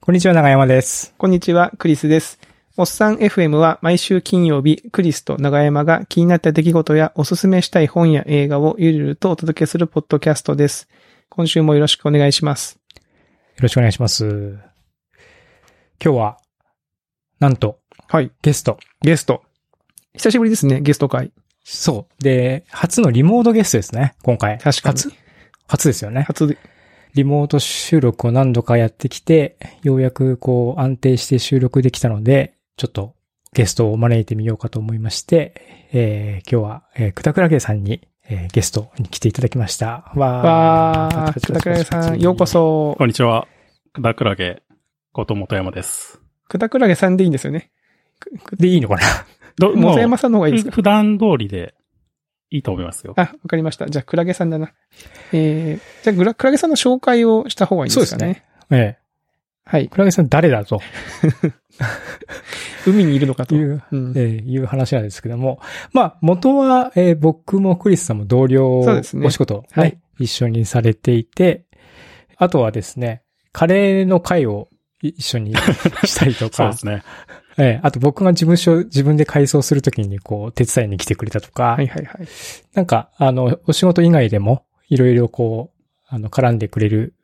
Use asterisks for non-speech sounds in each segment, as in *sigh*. こんにちは、長山です。こんにちは、クリスです。おっさん FM は毎週金曜日、クリスと長山が気になった出来事やおすすめしたい本や映画をゆるゆるとお届けするポッドキャストです。今週もよろしくお願いします。よろしくお願いします。今日は、なんと、はい。ゲスト。ゲスト。久しぶりですね、ゲスト会。そう。で、初のリモートゲストですね、今回。確かに。初初ですよね。初で。リモート収録を何度かやってきて、ようやくこう安定して収録できたので、ちょっとゲストを招いてみようかと思いまして、えー、今日は、えー、くたくらげさんに、えー、ゲストに来ていただきました。わわー。ー、くたくらげさん、ようこ。そ。こんにちは。くだくらげこと元山です。くたくらげさんでいいんですよね。で、いいのかなど元山さんの方がいいですふか普段通りでいいと思いますよあ、。わかりました。じゃあ、クラゲさんだな。えー、じゃあグラ、クラゲさんの紹介をした方がいいですかね。そうですええはい。くらげさん誰だと海にいるのかと。いうう、んえ。ーいう話なんですけども。まあ、元は、えー僕もクリスさんも同僚そうですねお仕事をね、はい一緒にされていて、あとはですね、カレーの会をい一緒にしたりとそうでか、すね。えーあと僕が事務所自分で改装するときにこう、手伝いに来てくれたとか、はいはいはい。なんか、あの、お仕事以外でも、いろいろこう、あの、絡んでくれる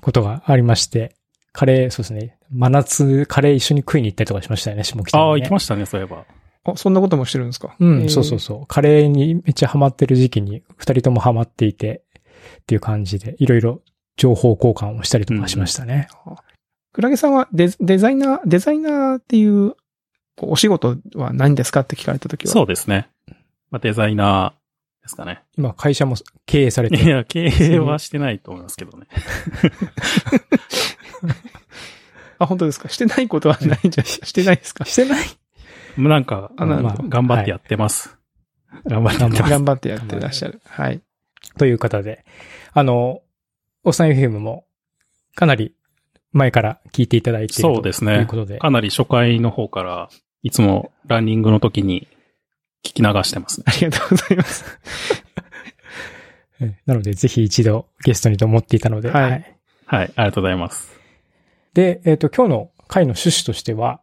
ことがありまして、カレー、そうですね、真夏、カレー一緒に食いに行ったりとかしましたよね、下北に、ね。ああ、行きましたね、そういえば。あ、そんなこともしてるんですかうえーん、そうそうそう。カレーにめっちゃハマってる時期に、二人ともハマっていて、っていう感じで、いろいろ情報交換をしたりとかしましたね。クラゲさんはデデザイナー、デザイナーっていう、こうお仕事は何ですかって聞かれたときは。そうですね。まあ、デザイナーですかね。今、会社も経営されいて、や、経営はしてないと思いますけどね。あ、本当ですかしてないことはないんじゃ、してないですか *laughs* してないもうなんか、あなるほどまあ頑張ってやってます。頑張ってやってます。頑張ってやってらっしゃる。はい。という方で、あの、おっさん FM も、かなり前から聞いていただいているそうですねということで、かなり初回の方から、いつもランニングの時に聞き流してますね。ありがとうございます。えなので、ぜひ一度ゲストにと思っていたので、はいはい、ありがとうございます。で、えっ、と、今日の回の趣旨としては、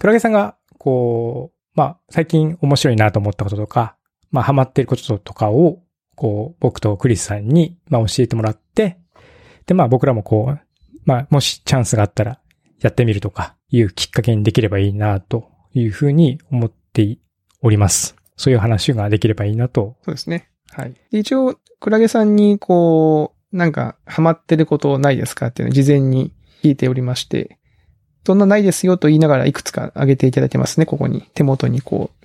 クラゲさんが、こう、まあ、最近面白いなと思ったこととか、まあ、ハマっていることとかを、こう、僕とクリスさんに、まあ、教えてもらって、で、まあ、僕らもこう、まあ、もしチャンスがあったら、やってみるとか、いうきっかけにできればいいな、というふうに思っております。そういう話ができればいいなと。そうですね。はい。で一応、クラゲさんに、こう、なんか、ハマってることないですかっていうのを事前に聞いておりまして、そんなないですよと言いながらいくつか挙げていただいてますね、ここに。手元にこう、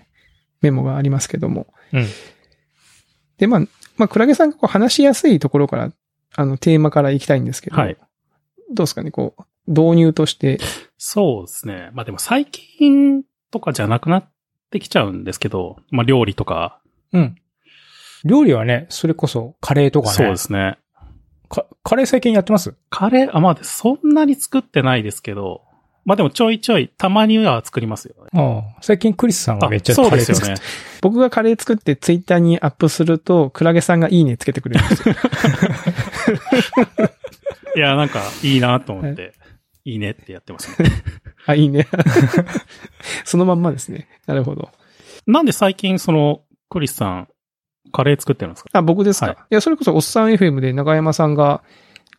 メモがありますけども。うん。で、まあ、まあ、クラゲさんがこう話しやすいところから、あの、テーマから行きたいんですけど、はい。どうですかね、こう、導入として、そうですね。まあでも最近とかじゃなくなってきちゃうんですけど、まあ料理とか、うん。料理はね、それこそカレーとかね。そうですね。かカレー最近やってますカレー、あ、まあそんなに作ってないですけど、まあでもちょいちょい、たまには作りますよね。ああ、最近クリスさんがあめっちゃそうカでレーす作よってね。僕がカレー作ってツイッターにアップすると、クラゲさんがいいねつけてくれるんですよ。いや、なんかいいなと思って、いいねってやってますね。 *laughs* あ、いいね。そのまんまですね。なるほど。なんで最近その、クリスさん、カレー作ってるんですかあ、僕ですか。はいい、や、それこそおっさん FM で中山さんが、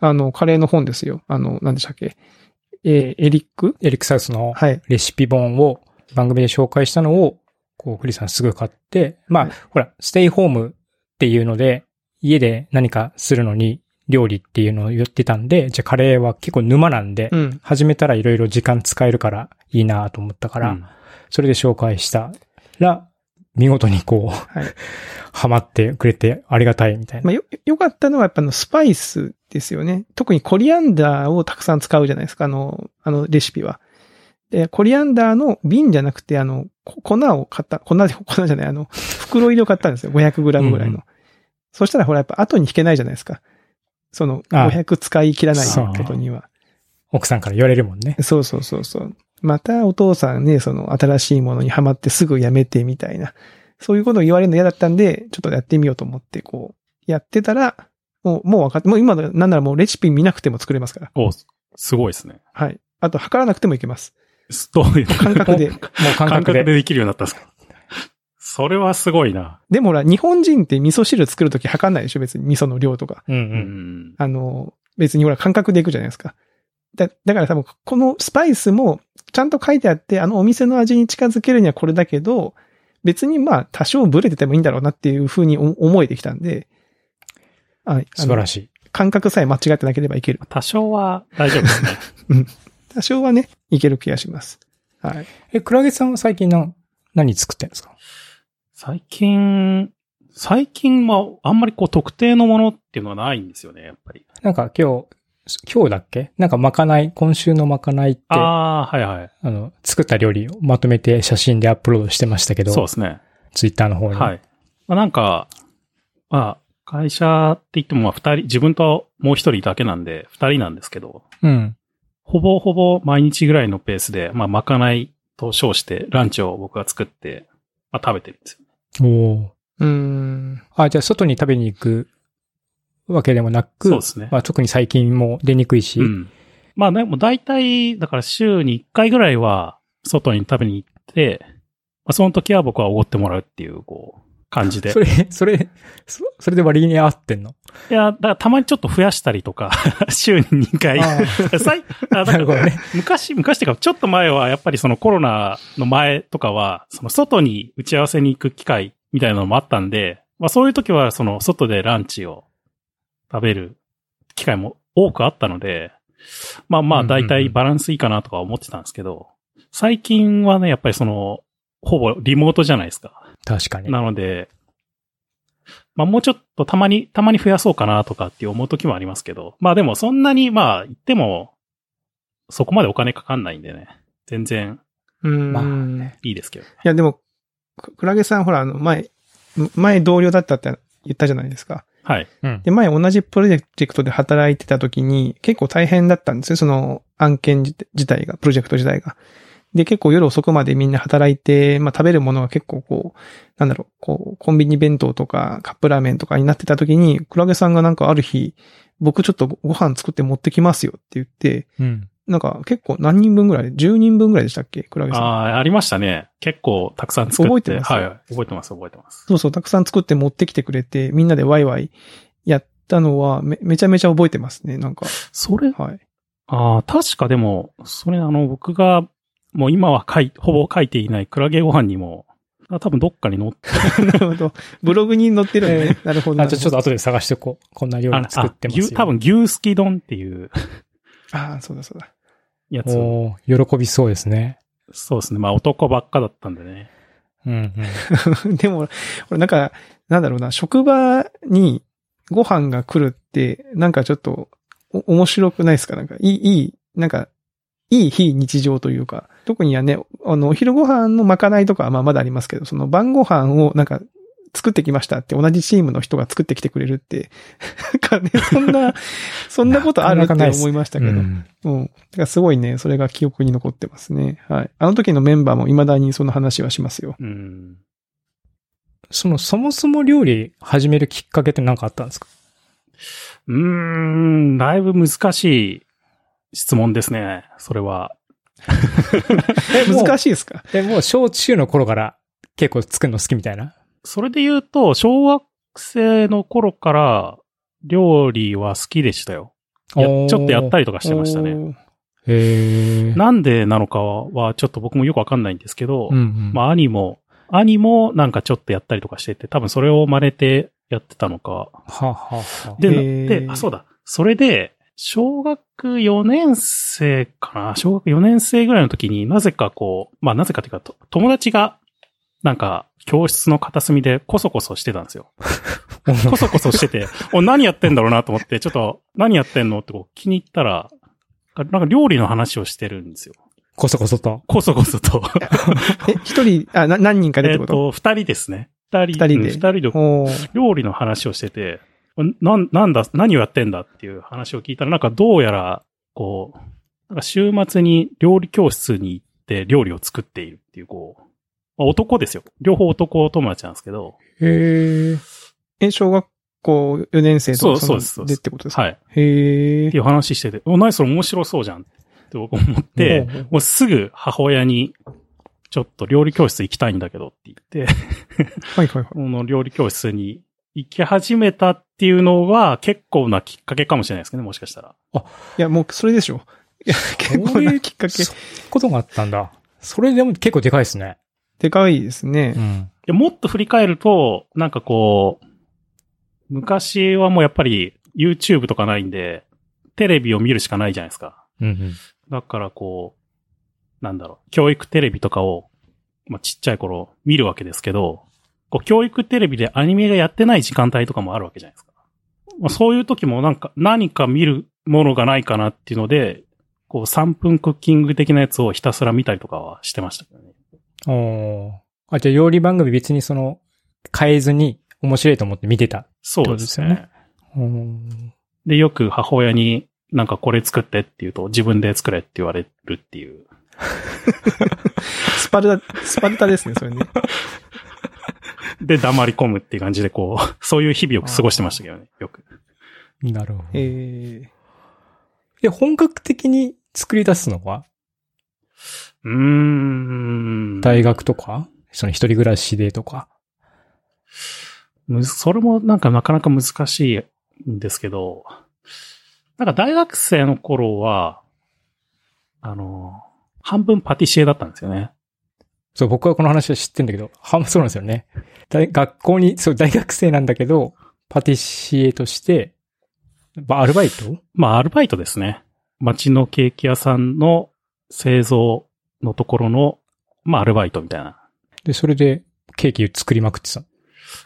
あの、カレーの本ですよ。あの、何でしたっけ。えーエリックエリックサウスのはい。レシピ本を番組で紹介したのを、こう、クリスさんすぐ買って、まあ、はいほら、ステイホームっていうので、家で何かするのに料理っていうのを言ってたんで、じゃあカレーは結構沼なんで、うん。始めたらいろいろ時間使えるからいいなと思ったから、うんそれで紹介したら、見事にこう、はい。 *laughs* ハマってくれてありがたいみたいな。まあ、よ、よかったのはやっぱあのスパイスですよね。特にコリアンダーをたくさん使うじゃないですか、あの、あのレシピは。で、コリアンダーの瓶じゃなくて、あの、こ粉を買った、粉、 *laughs* 粉じゃない、あの、袋入りを買ったんですよ。500グラムぐらいの。うんうそしたらほら、やっぱ後に引けないじゃないですか。その、ああ500使い切らないことには。奥さんから言われるもんね。そうそうそうそう。またお父さんね、その新しいものにハマってすぐやめてみたいな。そういうことを言われるの嫌だったんで、ちょっとやってみようと思って、こう、やってたら、もう、もう分かって、もう今の、なんならもうレシピ見なくても作れますから。お、すごいですね。はい。あと、測らなくてもいけます。どういう感覚で。もう感覚感覚でで。できるようになったんですかそれはすごいな。でもほら、日本人って味噌汁作るとき測んないでしょ別に味噌の量とか。うんう。うんん。あの、別にほら、感覚でいくじゃないですか。だ、だから多分、このスパイスも、ちゃんと書いてあって、あのお店の味に近づけるにはこれだけど、別にまあ、多少ブレててもいいんだろうなっていうふうにお思えてきたんで、はい。素晴らしい。しい。感覚さえ間違ってなければいける。多少は大丈夫ですね。 *laughs* 多少はね、いける気がします。はい。え、クラゲさんは最近何、何作ってんですか最近、最近はあんまりこう特定のものっていうのはないんですよね、やっぱり。なんか今日、今日だっけなんかまかない、今週のまかないって、あああー、はいはい。の、作った料理をまとめて写真でアップロードしてましたけど、そうですね。ツイッターの方に。はい。まあ、なんか、まあ、会社って言ってもまあ二人、自分ともう一人だけなんで、二人なんですけど、うん。ほぼほぼ毎日ぐらいのペースで、まあ、まかないと称してランチを僕が作って、まあ、食べてるんですよ。おお。うーん。あ、じゃあ外に食べに行くわけでもなく、そうですねまあ特に最近も出にくいし、うん。まあ、でも大体、だから週に1回ぐらいは、外に食べに行って、まあ、その時は僕はおごってもらうっていう、こう、感じでそ。れ、それ、そそれで割に合ってんのいや、だからたまにちょっと増やしたりとか、 *laughs* 週に2回。最あだなからるほどね。 *laughs* 昔、昔っていうか、ちょっと前は、やっぱりそのコロナの前とかは、その外に打ち合わせに行く機会みたいなのもあったんで、まあそういう時は、その外でランチを食べる機会も多くあったので、まあまうあんうんうん大体バランスいいかなとか思ってたんですけど、最近はね、やっぱりその、ほぼリモートじゃないですか。確かに。なので、まあもうちょっとたまに、たまに増やそうかなとかって思う時もありますけど、まあでもそんなにまあ言っても、そこまでお金かかんないんでね、全然うーん。まあねいいですけど。いや、でも、くクラゲさん、ほら、あの、前、む前同僚だったって言ったじゃないですか。はい。うんで、前同じプロジェクトで働いてた時に、結構大変だったんですよ。その案件自自体が、プロジェクト自体が。で、結構夜遅くまでみんな働いて、まあ食べるものが結構こう、なんだろう、こう、コンビニ弁当とかカップラーメンとかになってた時に、クラゲさんがなんかある日、僕ちょっとごご飯作って持ってきますよって言って、うん。なんか結構何人分ぐらい ?10 人分ぐらいでしたっけクラゲさん。ああー、ありましたね。結構たくさん作っ覚て。えてますはい。覚えてます、覚えてます。そうそう、たくさん作って持ってきてくれて、みんなでワイワイやったのはめ、めちゃめちゃ覚えてますね、なんか。それ、はい。ああ、確かでも、それあの、僕が、もう今は書い、ほぼ書いていないクラゲご飯にも、あ多分どっかに載って、 *laughs* なるほど。ブログに載ってるのね。なるほど。あ、じゃあちょっとと。後で探しておこう。こんな料理作ってますよ。牛、多分牛すき丼っていうああ、そうだそう *laughs* だ。やつを。おー喜びそうですね。そうですね。まあ男ばっかだったんでね。うんうん。でも、俺なんか、なんだろうな、職場にご飯が来るって、なんかちょっと、お面白くないですかなんか、いい、いい、なんか、いい非日常というか、特にはね、あの、お昼ご飯のまかないとかはまあまだありますけど、その晩ご飯をなんか、作ってきましたって同じチームの人が作ってきてくれるって、 *laughs* なんかね、そんな、そんなことあるっなかなかないってす思いましたけど。うんうん。だからすごいね、それが記憶に残ってますね。はい。あの時のメンバーも未だにその話はしますよ。うん。その、そもそも料理始めるきっかけって何かあったんですかうーん、だいぶ難しい質問ですね。それは。難ししいですかい。え、もう小中の頃から結構作るの好きみたいな。それで言うと、小学生の頃から料理は好きでしたよ。やおーちょっとやったりとかしてましたね。ね。へえ。なんでなのかはちょっと僕もよくわかんないんですけど、うんうん。まあ兄も、兄もなんかちょっとやったりとかしてて、多分それを真似てやってたのか。はあはあはあ。で、へーで、あ、そうだ。それで、小学4年生かな小学4年生ぐらいの時になぜかこう、まあなぜかというか、と友達が、なんか、教室の片隅でこそこそしてたんですよ。 *laughs* こそこそしてて、お、何やってんだろうなと思って、ちょっと、何やってんのってこう気に入ったら、なんか料理の話をしてるんですよ。こそこそと。こそこそと。え、一人、あ、な何人かでっ *laughs* てえっことと、二人ですね。二二人人、でうん二人でおー料理の話をしてて、なん、なんだ、何をやってんだっていう話を聞いたら、なんかどうやら、こう、なんか週末に料理教室に行って料理を作っているっていう、こう、まあ、男ですよ。両方男友達なんですけど、へえ。え、小学校4年生とかそうそうですそそうのでですってことですかはい。っへえてい。う話してて、お、何それ面白そうじゃん。って僕思って、ほうほうもうすぐ母親に、ちょっと料理教室行きたいんだけどって言って、はいはいはい。この料理教室に行き始めたっていうのは結構なきっかけかもしれないですけどね、もしかしたら。いや、もうそれでしょ。いや、結構なきっかけそ。ういうことがあったんだ。それでも結構でかいですね。でかいですねう。ん。いやもっと振り返ると、なんかこう、昔はもうやっぱり YouTube とかないんで、テレビを見るしかないじゃないですか。うんうん。だからこう、なんだろう、教育テレビとかを、まあ、ちっちゃい頃見るわけですけど、こう、教育テレビでアニメがやってない時間帯とかもあるわけじゃないですか。まあ、そういう時もなんか、何か見るものがないかなっていうので、こう、3分クッキング的なやつをひたすら見たりとかはしてましたけどね。おーあ、じゃあ料理番組別にその、変えずに面白いと思って見てた。そうですそうですよねね。うん。で、よく母親になんかこれ作ってって言うと、自分で作れって言われるっていう。スパルタ、スパルタですね、それね。で、黙り込むっていう感じで、こう、 *laughs* そういう日々を過ごしてましたけどね、よく。なるほど。えで、本格的に作り出すのはうーん。大学とか、その一人暮らしでとか。むずそれもなんかなかなか難しいんですけど、なんか大学生の頃は、あの、半分パティシエだったんですよね。そう、僕はこの話は知ってんだけど、は、 *laughs* そうなんですよね。大学校に、そう、大学生なんだけど、パティシエとして、ばアルバイトまあ、アルバイトですね。街のケーキ屋さんの製造のところの、まあ、アルバイトみたいな。で、それでケーキ作りまくってた。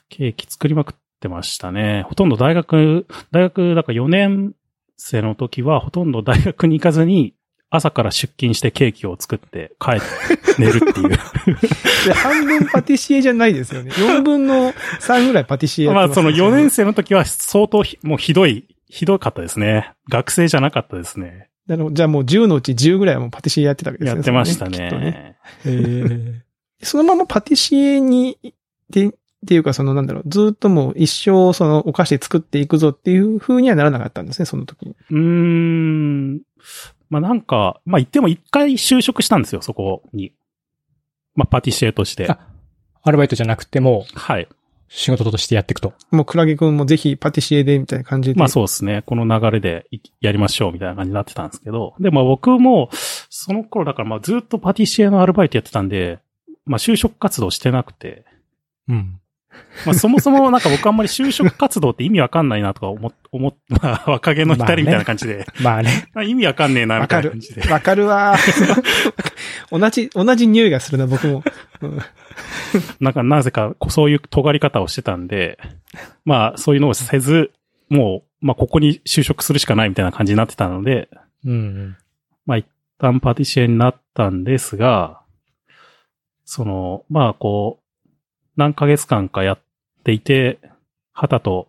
ケーキ作りまくってましたね。ほとんど大学、大学、だから4年生の時は、ほとんど大学に行かずに、朝から出勤してケーキを作って帰って寝るって *laughs* いう。ー、で半分パティシエじゃないですよね。4分の3ぐらいパティシエやってままあ、すそね、の4年生の時は相当ひもうひどい、ひどかったですね。学生じゃなかったですね。なるほどじゃあもう10のうち10ぐらいはもうパティシエやってたわけですやね。ってましたそれね。きっとそのままパティシエに、で、っていうかそのなんだろう、ずっともう一生そのお菓子作っていくぞっていう風にはならなかったんですね、その時に。うーん。まあなんか、まあ言っても一回就職したんですよ、そこに。まあパティシエとして。あアルバイトじゃなくても、はい。仕事としてやっていくと。もうクラゲ君もぜひパティシエでみたいな感じで。まあそうですね。この流れでいやりましょうみたいな感じになってたんですけど。で、まあ僕も、その頃だからまあずっとパティシエのアルバイトやってたんで、まあ就職活動してなくて。うん。まあそもそもなんか僕あんまり就職活動って意味わかんないなとか思っ、思っ、 *laughs* まあ若気の至りみたいな感じで、まあね。 *laughs* まあ意味わかんねえなみたいな感じで。わかるわ。 *laughs* 同じ、同じ匂いがするな、僕も。うんなんかなぜかこうそういう尖り方をしてたんで、まあそういうのをせず、もう、まあここに就職するしかないみたいな感じになってたので、 *laughs* うん。一旦パティシエになったんですが、その、まあこう、何ヶ月間かやっていて、旗と、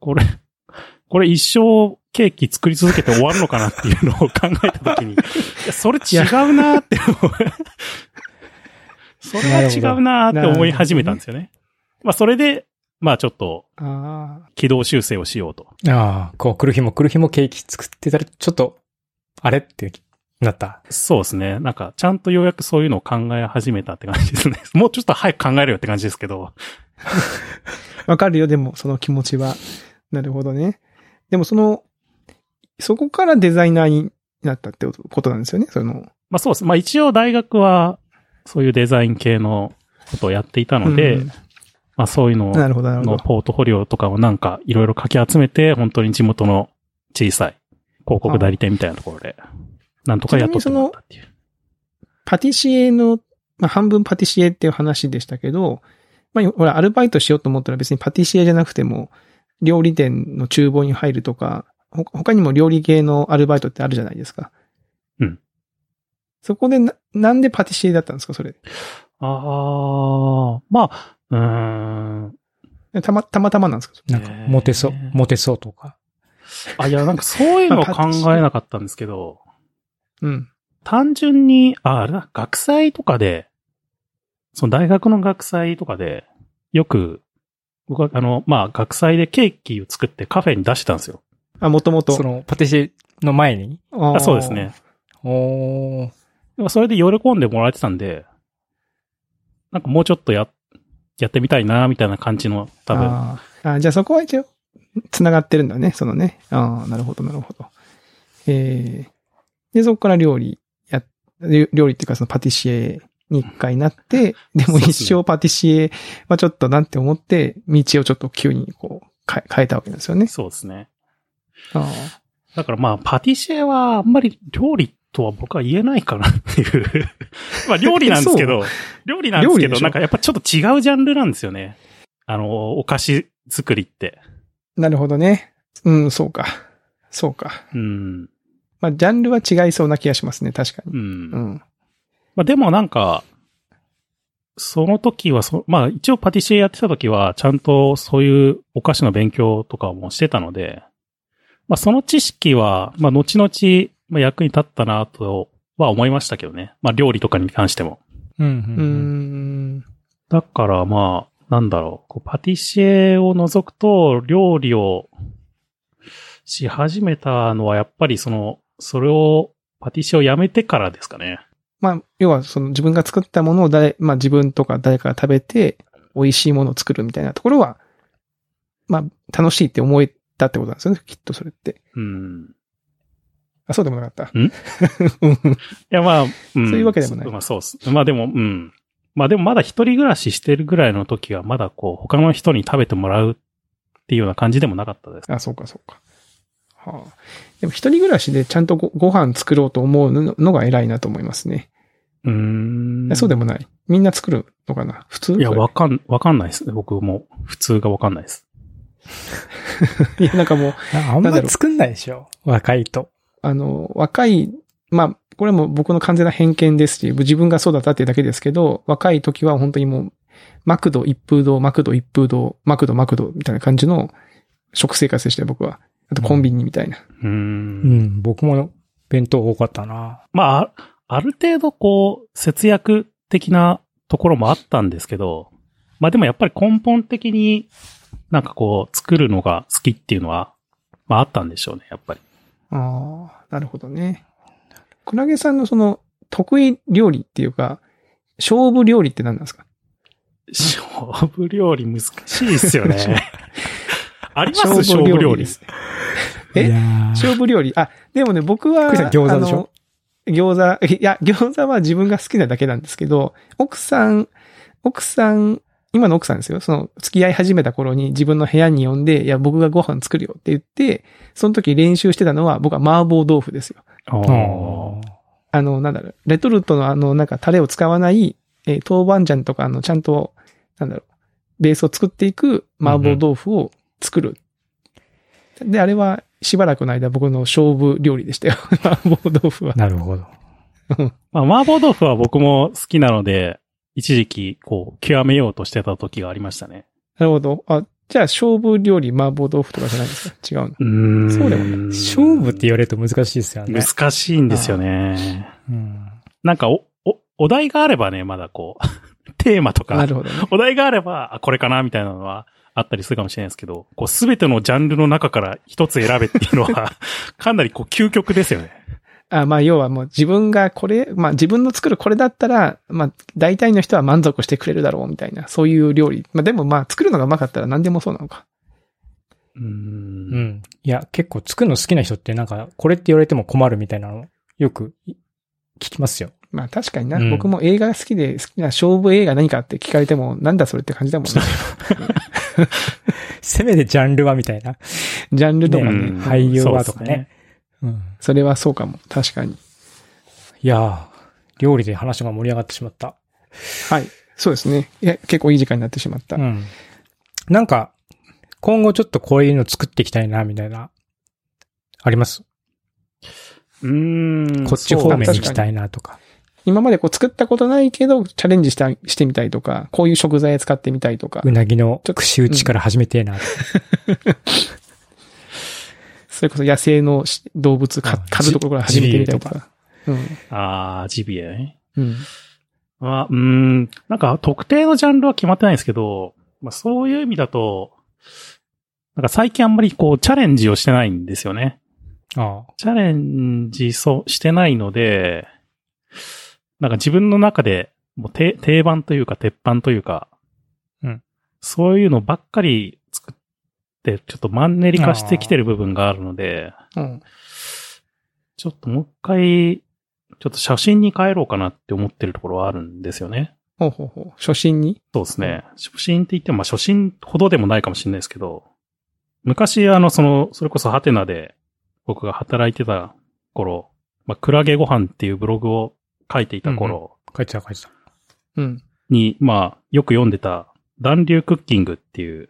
これ、 *laughs* これ一生ケーキ作り続けて終わるのかなっていうのを考えたときに、いやそれ違うなーって思う、それは違うなーって思い始めたんですよね。まあそれで、まあちょっとああ。軌道修正をしようと。ああ、こう来る日も来る日もケーキ作ってたら、ちょっと、あれってなった。そうですね。なんか、ちゃんとようやくそういうのを考え始めたって感じですね。 *laughs* もうちょっと早く考えるよって感じですけど。わかるよ、でも、その気持ちは。なるほどね。でも、その、そこからデザイナーになったってことことなんですよね、その。まあそうです。まあ一応大学は、そういうデザイン系のことをやっていたので、うんまあそういうのなるほど、なるほのど。ポートフォリオとかをなんかいろいろかき集めて、本当に地元の小さい広告代理店みたいなところで、なんとか雇ってもらったっていう。パティシエの、まあ、半分パティシエっていう話でしたけど、まあ、ほら、アルバイトしようと思ったら別にパティシエじゃなくても、料理店の厨房に入るとか、ほ他にも料理系のアルバイトってあるじゃないですか。うん。そこでな、なんでパティシエだったんですか、それ。ああ、まあ、うーん。たま、たまたまなんですかそなれんか、モテそう、モテそうとか。あ、いや、なんかそういうのを考えなかったんですけど、うん。単純に、あ、あれだ、学祭とかで、その大学の学祭とかで、よく、僕は、あの、まあ、学祭でケーキを作ってカフェに出してたんですよ。あ、もともとそ。の、パティシエの前に。あーあそうですね。。おー。でもそれで喜んでもらえてたんで、なんかもうちょっとや、やってみたいな、みたいな感じの、多分。あーあーじゃあそこは一応、繋がってるんだね、そのね。ああ、なるほど、なるほど。えー、で、そこから料理や、り料理っていうかそのパティシエに一回なって、 *laughs* でそうもっすね一生パティシエはちょっとなんて思って、道をちょっと急にこう、変え変えたわけですよね。そうですね。ああだからまあ、パティシエはあんまり料理とは僕は言えないかなっていう。 *laughs* まあ、料理なんですけど、料理なんですけ料理でど、しょなんかやっぱちょっと違うジャンルなんですよね。あの、お菓子作りって。なるほどね。うん、そうか。そうか。うん。まあ、ジャンルは違いそうな気がしますね、確かに。うんう。ん。まあでもなんか、その時はそ、まあ一応パティシエやってた時は、ちゃんとそういうお菓子の勉強とかもしてたので、まあその知識は、まあ後々、まあ役に立ったなとは思いましたけどね。まあ料理とかに関しても。うんう。うんんだからまあ、なんだろう、こうパティシエを除くと、料理をし始めたのは、やっぱりその、それを、パティシエをやめてからですかね。まあ、要はその自分が作ったものを誰、まあ自分とか誰かが食べて、美味しいものを作るみたいなところは、まあ、楽しいって思えたってことなんですよね、きっとそれって。うん。あ、そうでもなかった。んいや、まあ、んそういうわけでもないそまあ、そうっす。まあでも、うん。まあでもまだ一人暮らししてるぐらいの時は、まだこう、他の人に食べてもらうっていうような感じでもなかったで *laughs* す。あ、そうか、そうか。はあ、でも一人暮らしでちゃんとごご飯作ろうと思うののが偉いなと思いますね。うーん。そうでもない。みんな作るのかな普通いや、それわかん、わかんないです。僕も、普通がわかんないです。いや、なんかもう、ああんなんだまろう作んないでしょ若いと。あの、若い、まあ、これはもう僕の完全な偏見ですし、自分がそうだったっていうだけですけど、若い時は本当にもう、マクド一風堂、マクド一風堂、マクドマクドみたいな感じの食生活でしたよ、僕は。あとコンビニみたいな。うー。うんん、僕も弁当多かったな。まあ、あある程度こう、節約的なところもあったんですけど、まあでもやっぱり根本的になんかこう、作るのが好きっていうのは、まああったんでしょうね、やっぱり。ああ、なるほどね。クラゲさんのその、得意料理っていうか、勝負料理って何なんですか勝負料理難しいですよね。あります勝負料理。です。えいやー勝負料理。あ、でもね、僕は、福井さん餃子でしょあの餃子、いや、餃子は自分が好きなだけなんですけど、奥さん、奥さん、今の奥さんですよ。その、付き合い始めた頃に自分の部屋に呼んで、いや、僕がご飯作るよって言って、その時練習してたのは、僕は麻婆豆腐ですよ。あーあの、なんだろう、レトルトのあの、なんかタレを使わない、えー豆板醤とか、あの、ちゃんと、なんだろう、ベースを作っていく麻婆豆腐を作る。で、あれは、しばらくの間僕の勝負料理でしたよ。 *laughs* 麻婆豆腐は。なるほど。まあ、麻婆豆腐は僕も好きなので、一時期、こう、極めようとしてた時がありましたね。なるほど。あ、じゃあ勝負料理麻婆豆腐とかじゃないんですか違うの。うーんそうでも勝負って言われると難しいですよね。難しいんですよね。うんなんかお、お、お題があればね、まだこう、 *laughs* テーマとなか、るほどね。お題があれば、あ、これかなみたいなのはあったりするかもしれないですけど、こう、すべてのジャンルの中から一つ選べっていうの *laughs* は、かなりこう、究極ですよね。あ、まあ、要はもう自分がこれ、まあ自分の作るこれだったら、まあ大体の人は満足してくれるだろうみたいな、そういう料理。まあでもまあ作るのがうまかったら何でもそうなのか。うーんうん。いや、結構作るの好きな人ってなんか、これって言われても困るみたいなの、よくい聞きますよ。まあ確かにな、うん僕も映画が好きで、好きな勝負映画何かって聞かれても、なんだそれって感じだもんね。せめてジャンルはみたいな。ジャンルとかね。ねうん俳優はとかそうっね。うん。それはそうかも。確かに。いやー、料理で話が盛り上がってしまった。はい。そうですね。いや、結構いい時間になってしまった。うん。なんか、今後ちょっとこういうの作っていきたいな、みたいな、ありますうーん。こっち方面にそう行きたいなとか。今までこう作ったことないけど、チャレンジした、してみたいとか、こういう食材使ってみたいとかう、なぎのちょっと串打ちから始めてえなとか。それこそ野生のし動物かあ、狩るところから始めてみたいとか。うん。あー、ジビエね。うん。まあ、うーん。なんか、特定のジャンルは決まってないんですけど、まあ、そういう意味だと、なんか最近あんまりこう、チャレンジをしてないんですよね。ああ。チャレンジそうしてないので、なんか自分の中でもう定定番というか鉄板というか、うんそういうのばっかり作って、ちょっとマンネリ化してきてる部分があるので、うん。ちょっともう一回、ちょっと写真に変えろうかなって思ってるところはあるんですよね。ほうほうほう。初心にそうですね。初心って言っても、まあ初心ほどでもないかもしれないですけど、昔あの、その、それこそハテナで僕が働いてた頃、まあ、クラゲご飯っていうブログを書いていた頃書いてた書いてた。うん。に、まあ、よく読んでた、暖流クッキングっていう、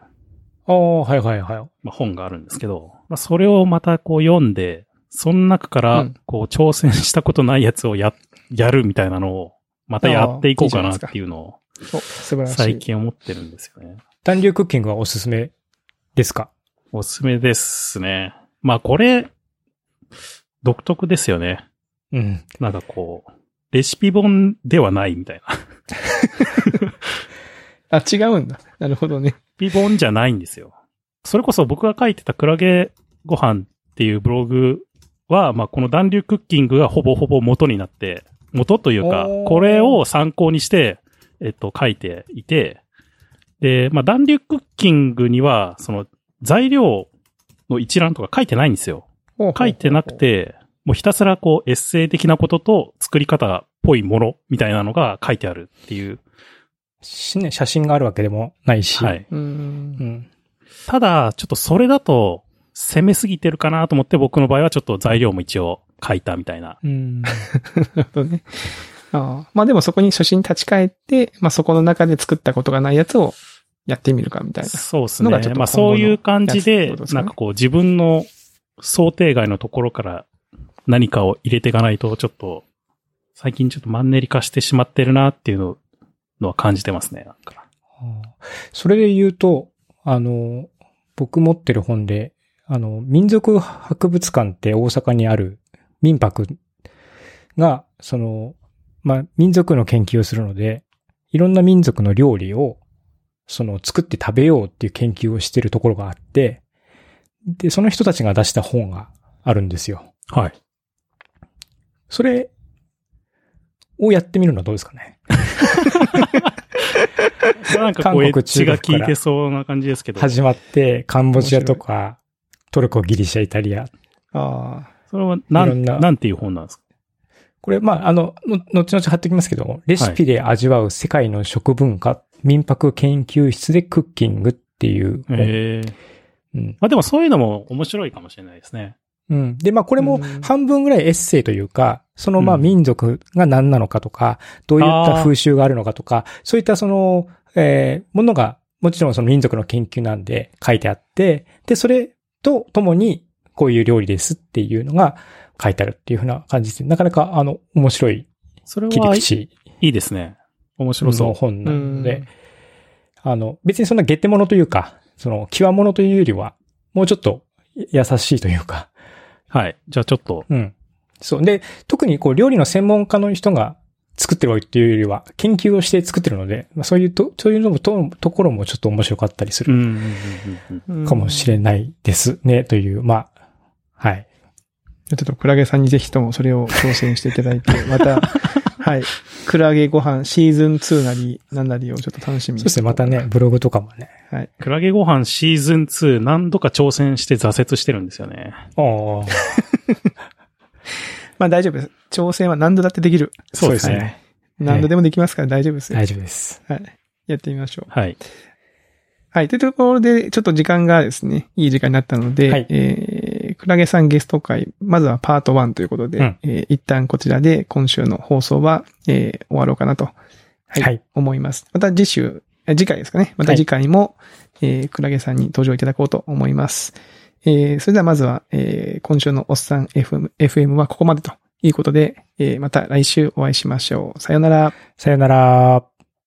ああ、はいはいはい。まあ、本があるんですけど、まあ、それをまたこう読んで、その中かうらん、こう、挑戦したことないやつをや、 *laughs* やるみたいなのを、またやっていこうかなっていうのを、お、素晴らしい。最近思ってるんですよね。暖流クッキングはおすすめですかおすすめですね。まあこれ、独特ですよね。うん。なんかこう、レシピ本ではないみたいな。レあ、違うんだ。なるほどね。シピ本じゃないんですよ。それこそ僕が書いてたクラゲご飯っていうブログは、まあこの暖流クッキングがほぼほぼ元になって、元というかお、ーこれを参考にして、えっと、書いていて、で、まあ暖流クッキングには、その材料の一覧とか書いてないんですほよ。うほうほう書いてなく。て、もうひたすらこうエッセイ的なことと作り方っぽいものみたいなのが書いてあるっていう。しね、写真があるわけでもないし。は。い。うー。うんん。ただ、ちょっとそれだと攻めすぎてるかなと思って僕の場合はちょっと材料も一応書いたみたいな。うん。なるほどね。ああ。まあでもそこに初心に立ち返って、まあそこの中で作ったことがないやつをやってみるかみたいな。そうですのねがちょっ。とまあそういう感今後のじやつってでことです、かなねんかこう自分の想定外のところから何かを入れていかないとちょっと最近ちょっとマンネリ化してしまってるなっていうののは感じてますね。なんかそれで言うと、あの、僕持ってる本で、あの、民族博物館って大阪にある民泊が、その、まあ、民族の研究をするので、いろんな民族の料理を、その、作って食べようっていう研究をしてるところがあって、で、その人たちが出した本があるんですよ。はい。それをやってみるのはどうですかね。なんかこう、エ韓ッ国ジ中国がから効いてそうな感じですけど。始まって、カンボジアとか、トルコ、ギリシャ、イタリアああ。それは、ないろんん、ななんていう本なんですかこれ、まあ、あの、の後々貼っておきますけども、レシピで味わう世界の食文化、民泊研究室でクッキングっていう本、ええうんまあでもそういうのも面白いかもしれないですね。うん。で、まあ、これうもん半分ぐらいエッセイというか、その、まあ、うん民族が何なのかとか、どういったあー風習があるのかとか、そういったその、えーものが、もちろんその民族の研究なんで書いてあって、で、それとともに、こういう料理ですっていうのが書いてあるっていうふうな感じで、なかなか、あの、面白いそれ切りはい口いですね。面白のそ本なのうでん、あの、別にそんなゲテモノというか、その、極物というよりは、もうちょっと優しいというか、う。はい。じゃあちょっと。うん。そう。で、特にこう、料理の専門家の人が作ってるっていうよりは、研究をして作ってるので、まあ、そういうと、そういうのもと、ところもちょっと面白かったりすうんるうんうんうんうん。かもしれれないですね、という、まあ、はい。ちょっとクラゲさんにぜひともそれを挑戦していた *laughs* だいて、また、はい。クラゲご飯シーズン2なり、なんなりをちょっと楽しみにそしてまたね、。ブログとかもね。クラゲご飯シーズン2何度か挑戦して挫折してるんですよね。ああ、まあ大丈夫です。挑戦は何度だってできる。そうですね。何度でもできますから大丈夫ですよ。大丈夫です。はい。やってみましょう。はい。はい。というところで、ちょっと時間がですね、いい時間になったので、はいえー、クラゲさんゲスト会、まずはパート1ということで、うんえー一旦こちらで今週の放送は、えー終わろうかなと、はい、はい思います。また次週、え次回ですかね。また次回も、えー、クラゲさんに登場いただこうと思います。えー、それではまずは、えー、今週のおっさん FM, FM はここまでということで、えー、また来週お会いしましょう。さようなら。さよなら。